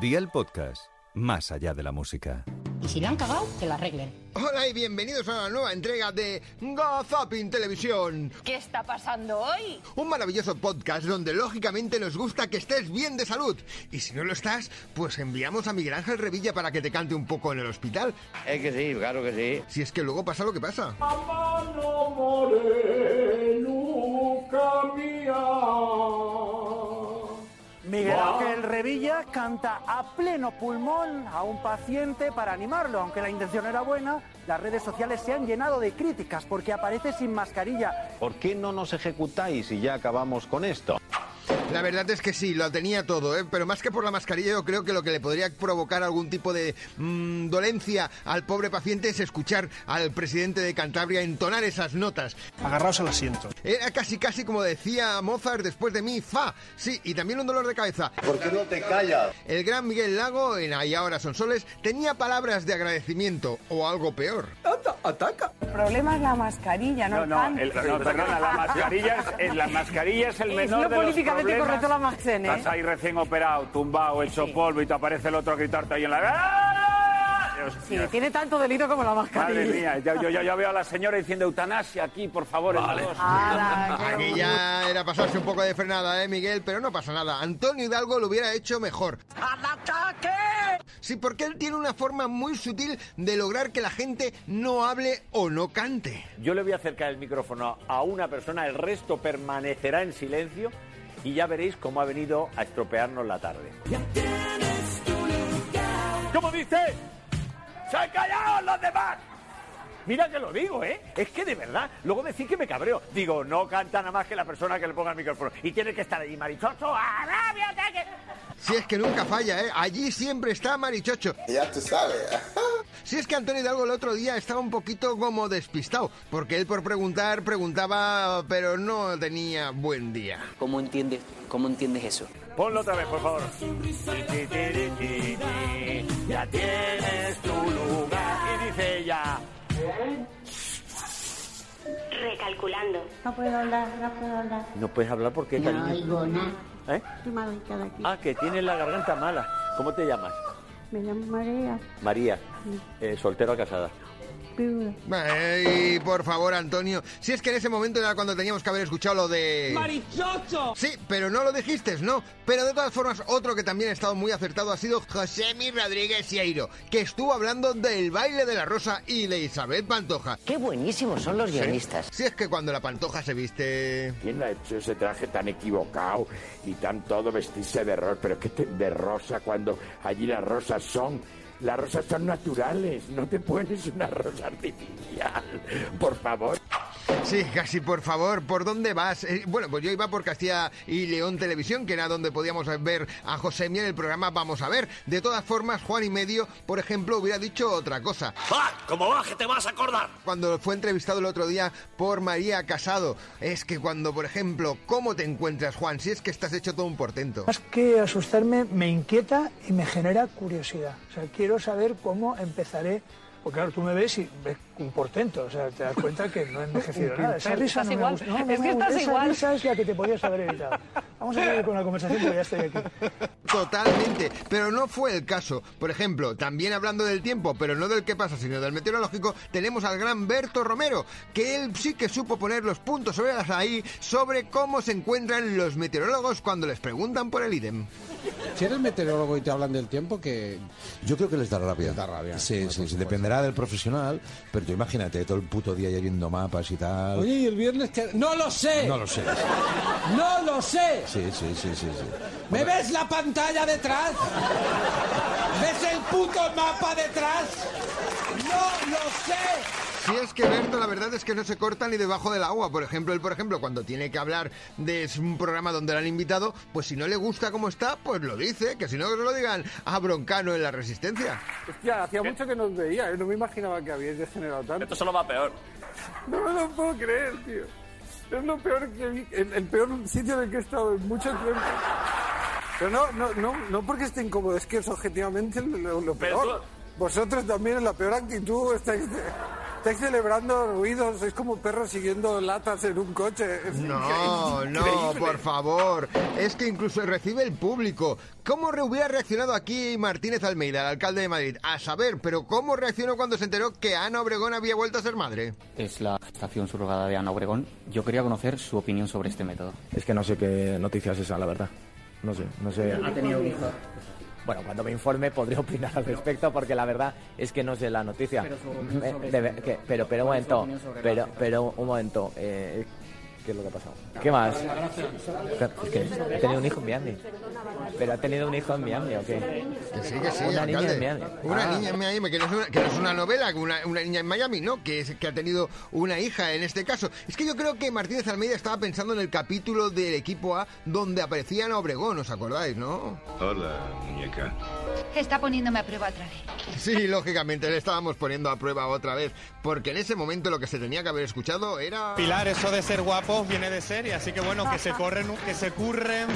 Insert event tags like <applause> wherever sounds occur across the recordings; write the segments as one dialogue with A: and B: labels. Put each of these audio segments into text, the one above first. A: Día el podcast, más allá de la música.
B: Y si la han cagado, que la arreglen.
C: Hola y bienvenidos a una nueva entrega de Gazapin Televisión.
D: ¿Qué está pasando hoy?
C: Un maravilloso podcast donde lógicamente nos gusta que estés bien de salud. Y si no lo estás, pues enviamos a Miguel Ángel Revilla para que te cante un poco en el hospital.
E: Es que sí, claro que sí.
C: Si es que luego pasa lo que pasa.
F: Amano moreno, camía.
G: Miguel Ángel Revilla canta a pleno pulmón a un paciente para animarlo. Aunque la intención era buena, las redes sociales se han llenado de críticas porque aparece sin mascarilla.
E: ¿Por qué no nos ejecutáis y ya acabamos con esto?
C: La verdad es que sí, lo tenía todo, ¿eh? pero más que por la mascarilla yo creo que lo que le podría provocar algún tipo de mm, dolencia al pobre paciente es escuchar al presidente de Cantabria entonar esas notas.
H: Agarraos al asiento.
C: Era casi casi como decía Mozart después de mí, fa, sí, y también un dolor de cabeza.
E: ¿Por qué no te callas?
C: El gran Miguel Lago, en Ahí ahora son soles, tenía palabras de agradecimiento o algo peor.
D: El problema es la mascarilla, no,
I: No, no, el- no, perdona, la mascarilla es, es- la mascarilla es el
D: Es
I: menor
D: lo
I: de los
D: políticamente
I: problemas.
D: correcto la Maxen, ¿eh?
I: Estás ahí recién operado, tumbado, hecho polvo y te aparece el otro a gritarte ahí en la... Dios
D: Sí,
I: mío,
D: tiene tanto delito como la mascarilla.
I: Madre mía, ya- yo, yo- yo veo a la señora diciendo eutanasia aquí, por favor, en la dos".
G: Ah,
D: Ala, qué
C: Aquí ya era pasarse un poco de frenada, ¿eh, Miguel? Pero no pasa nada. Antonio Hidalgo lo hubiera hecho mejor. ¡Al ataque! Sí, porque él tiene una forma muy sutil de lograr que la gente no hable o no cante.
J: Yo le voy a acercar el micrófono a una persona, el resto permanecerá en silencio y ya veréis cómo ha venido a estropearnos la tarde.
I: ¿Cómo dice? ¡Se han callado los demás! Mira que lo digo, ¿eh?
J: Es que de verdad, luego decir que me cabreo. Digo, no canta nada más que la persona que le ponga el micrófono. Y tiene que estar allí, marichocho, arábiate que...
C: Si es que nunca falla, ¿eh? Allí siempre está Marichocho.
K: Ya tú sabes.
C: <laughs> Si es que Antonio Hidalgo el otro día estaba un poquito como despistado, porque él por preguntar preguntaba, pero no tenía buen día.
G: ¿Cómo entiendes, cómo entiendes eso?
I: Ponlo otra vez, por favor. Ti, ti, ti, ti, ti, Ya tienes tu lugar. Y dice ella...
B: Recalculando.
F: No puedo hablar, no puedo hablar.
J: No puedes hablar porque...
B: No
J: cariño.
B: oigo nada.
J: ¿Eh?
F: Estoy mal ubicada aquí.
J: Ah, que tienes la garganta mala. ¿Cómo te llamas?
F: Me llamo María.
J: María, eh, soltera o casada.
F: Viuda.
C: Ay, por favor, Antonio. Si es que en ese momento era cuando teníamos que haber escuchado lo de...
G: ¡Marichocho!
C: Sí, pero no lo dijiste, ¿no? Pero de todas formas, otro que también ha estado muy acertado ha sido Josemi Rodríguez Sieiro, que estuvo hablando del baile de la rosa y de Isabel Pantoja.
B: Qué buenísimos son los guionistas.
C: Si es que cuando la Pantoja se viste...
H: ¿Quién ha hecho ese traje tan equivocado y tan todo vestirse de rosa? Pero que te- de rosa cuando allí las rosas son... Las rosas son naturales, no te pones una rosa artificial, por favor.
C: Sí, casi, por favor, ¿por dónde vas? Eh, bueno, pues yo iba por Castilla y León Televisión, que era donde podíamos ver a Josemi en el programa Vamos a ver. De todas formas, Juan y Medio, por ejemplo, hubiera dicho otra cosa.
E: ¡Como baje te vas a acordar!
C: cuando fue entrevistado el otro día por María Casado. Es que cuando, por ejemplo, ¿cómo te encuentras, Juan? Si es que estás hecho todo un portento.
G: Más que asustarme, me inquieta y me genera curiosidad. O sea, quiero saber cómo empezaré. Porque claro, tú me ves y ves un portento, o sea, te das cuenta que no
D: <laughs>
G: he envejecido nada. Esa risa no me
D: igual.
G: gusta. No, no
D: Es
G: me
D: que
G: gusta.
D: estás
G: Esa
D: igual.
G: risa es la que te podías haber evitado. Vamos a seguir con la conversación porque ya estoy aquí.
C: Totalmente, pero no fue el caso. Por ejemplo, también hablando del tiempo, pero no del que pasa, sino del meteorológico, tenemos al gran Berto Romero, que él sí que supo poner los puntos sobre las ahí sobre cómo se encuentran los meteorólogos cuando les preguntan por el IDEM.
K: Si eres meteorólogo y te hablan del tiempo, que
E: Yo creo que les da rabia.
K: Les da rabia.
E: Sí,
K: Bueno,
E: sí,
K: por
E: sí,
K: supuesto.
E: dependerá del profesional, pero tú imagínate todo el puto día ya viendo mapas y tal.
K: Oye, ¿y el viernes que ¡No lo sé!
E: No lo sé.
K: ¡No lo sé!
E: Sí, sí, sí, sí. sí.
K: ¿Me ves la pantalla detrás? ¿Ves el puto mapa detrás? ¡No lo sé!
C: Si es que Berto, la verdad es que no se corta ni debajo del agua. Por ejemplo, él, por ejemplo, cuando tiene que hablar de un programa donde lo han invitado, pues si no le gusta cómo está, pues lo dice. Que si no, que se lo digan a Broncano en la Resistencia.
G: Hostia, hacía mucho que nos veía, ¿eh? no me imaginaba que habíais degenerado tanto.
I: Esto solo va peor.
G: No me lo puedo creer, tío. Es lo peor que vi- el, el peor sitio en el que he estado en mucho tiempo. Pero no, no, no, no porque esté incómodo, es que es objetivamente lo, lo
I: Pero
G: peor.
I: tú-
G: Vosotros también en la peor actitud estáis.
L: Estáis celebrando ruidos, sois como perros siguiendo latas en un coche. Es
G: <laughs>
C: No,
L: increíble.
C: no, por favor. Es que incluso recibe el público. ¿Cómo re- hubiera reaccionado aquí Martínez Almeida, el alcalde de Madrid? A saber, pero ¿cómo reaccionó cuando se enteró que Ana Obregón había vuelto a ser madre?
M: Es la gestación subrogada de Ana Obregón. Yo quería conocer su opinión sobre este método.
N: Es que no sé qué noticia es esa, la verdad. No sé, no sé.
M: Ha tenido un hijo.
N: Bueno, cuando me informe podré opinar al respecto porque la verdad es que no sé la noticia.
M: Pero su opinión
N: Me-
M: sobre
N: de
M: esto,
N: ver- que- pero, pero un
M: ¿cuál es su
N: momento,
M: opinión sobre
N: pero,
M: la-
N: pero un momento. eh, ¿Qué es lo que ha pasado? ¿Qué más? Es que ha tenido un hijo en Miami. ¿Pero ha tenido un hijo en Miami o qué?
C: Que sí, que sí,
N: Una niña
C: alcalde.
N: en Miami.
C: Una
N: Ah.
C: niña en Miami, que no es una, que no es una novela, una, una niña en Miami, ¿no? Que, es, que ha tenido una hija en este caso. Es que yo creo que Martínez Almeida estaba pensando en el capítulo del equipo A donde aparecía Ana Obregón, ¿os acordáis, no?
O: Hola, muñeca.
P: Está poniéndome a prueba otra vez.
C: Sí, lógicamente, le estábamos poniendo a prueba otra vez, porque en ese momento lo que se tenía que haber escuchado era...
Q: Pilar, eso de ser guapos viene de serie, así que bueno, que se corren, que se curren.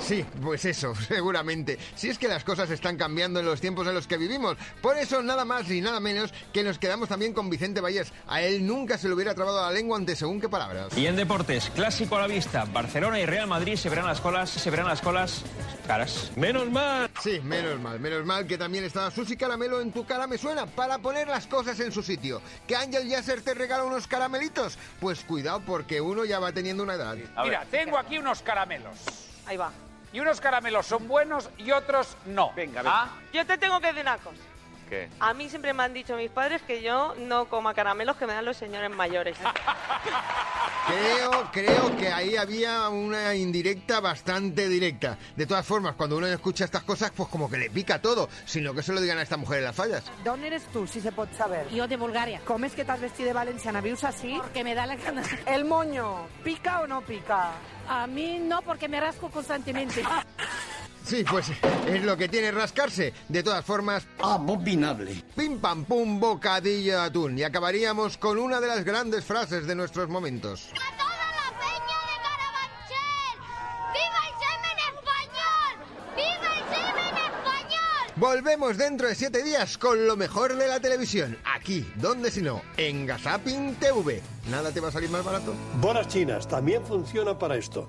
C: Sí, pues eso, <laughs> seguramente. Si es que las cosas están cambiando en los tiempos en los que vivimos. Por eso, nada más y nada menos que nos quedamos también con Vicente Vallés. A él nunca se le hubiera trabado la lengua ante según qué palabras.
R: Y en deportes, clásico a la vista, Barcelona y Real Madrid se verán las colas, se verán las colas caras. Menos mal.
C: Sí, menos mal, menos mal que también estaba Susi Caramelo en tu cara me suena para poner las cosas en su sitio. Que Ángel Yasser te regala unos caramelitos. Pues cuidado porque uno ya va teniendo una edad.
S: Mira, tengo aquí unos caramelos.
T: Ahí va.
S: Y unos caramelos son buenos y otros no. Venga, ¿Ah?
T: Yo te tengo que decir una cosa.
S: ¿Qué?
T: A mí siempre me han dicho mis padres que yo no coma caramelos que me dan los señores mayores.
C: Creo, creo que ahí había una indirecta bastante directa. De todas formas, cuando uno escucha estas cosas, pues como que le pica todo, sino que se lo digan a esta mujer en las fallas.
U: D'on eres tu, si se pot saber? Jo de Bulgària. Com és que t'has vestit de valenciana? Vius així? Porque me da la gana. El moño, pica o no pica? A mi no, porque me rasco <laughs> constantemente.
C: Sí, pues es lo que tiene rascarse. De todas formas, abominable. Pim pam pum, bocadillo de atún. Y acabaríamos con una de las grandes frases de nuestros momentos.
V: ¡Viva el semen español! ¡Viva el semen español!
C: Volvemos dentro de siete días con lo mejor de la televisión. Aquí, donde si no, en Gasapin TV. Nada te va a salir más barato.
W: Bolas chinas también funciona para esto.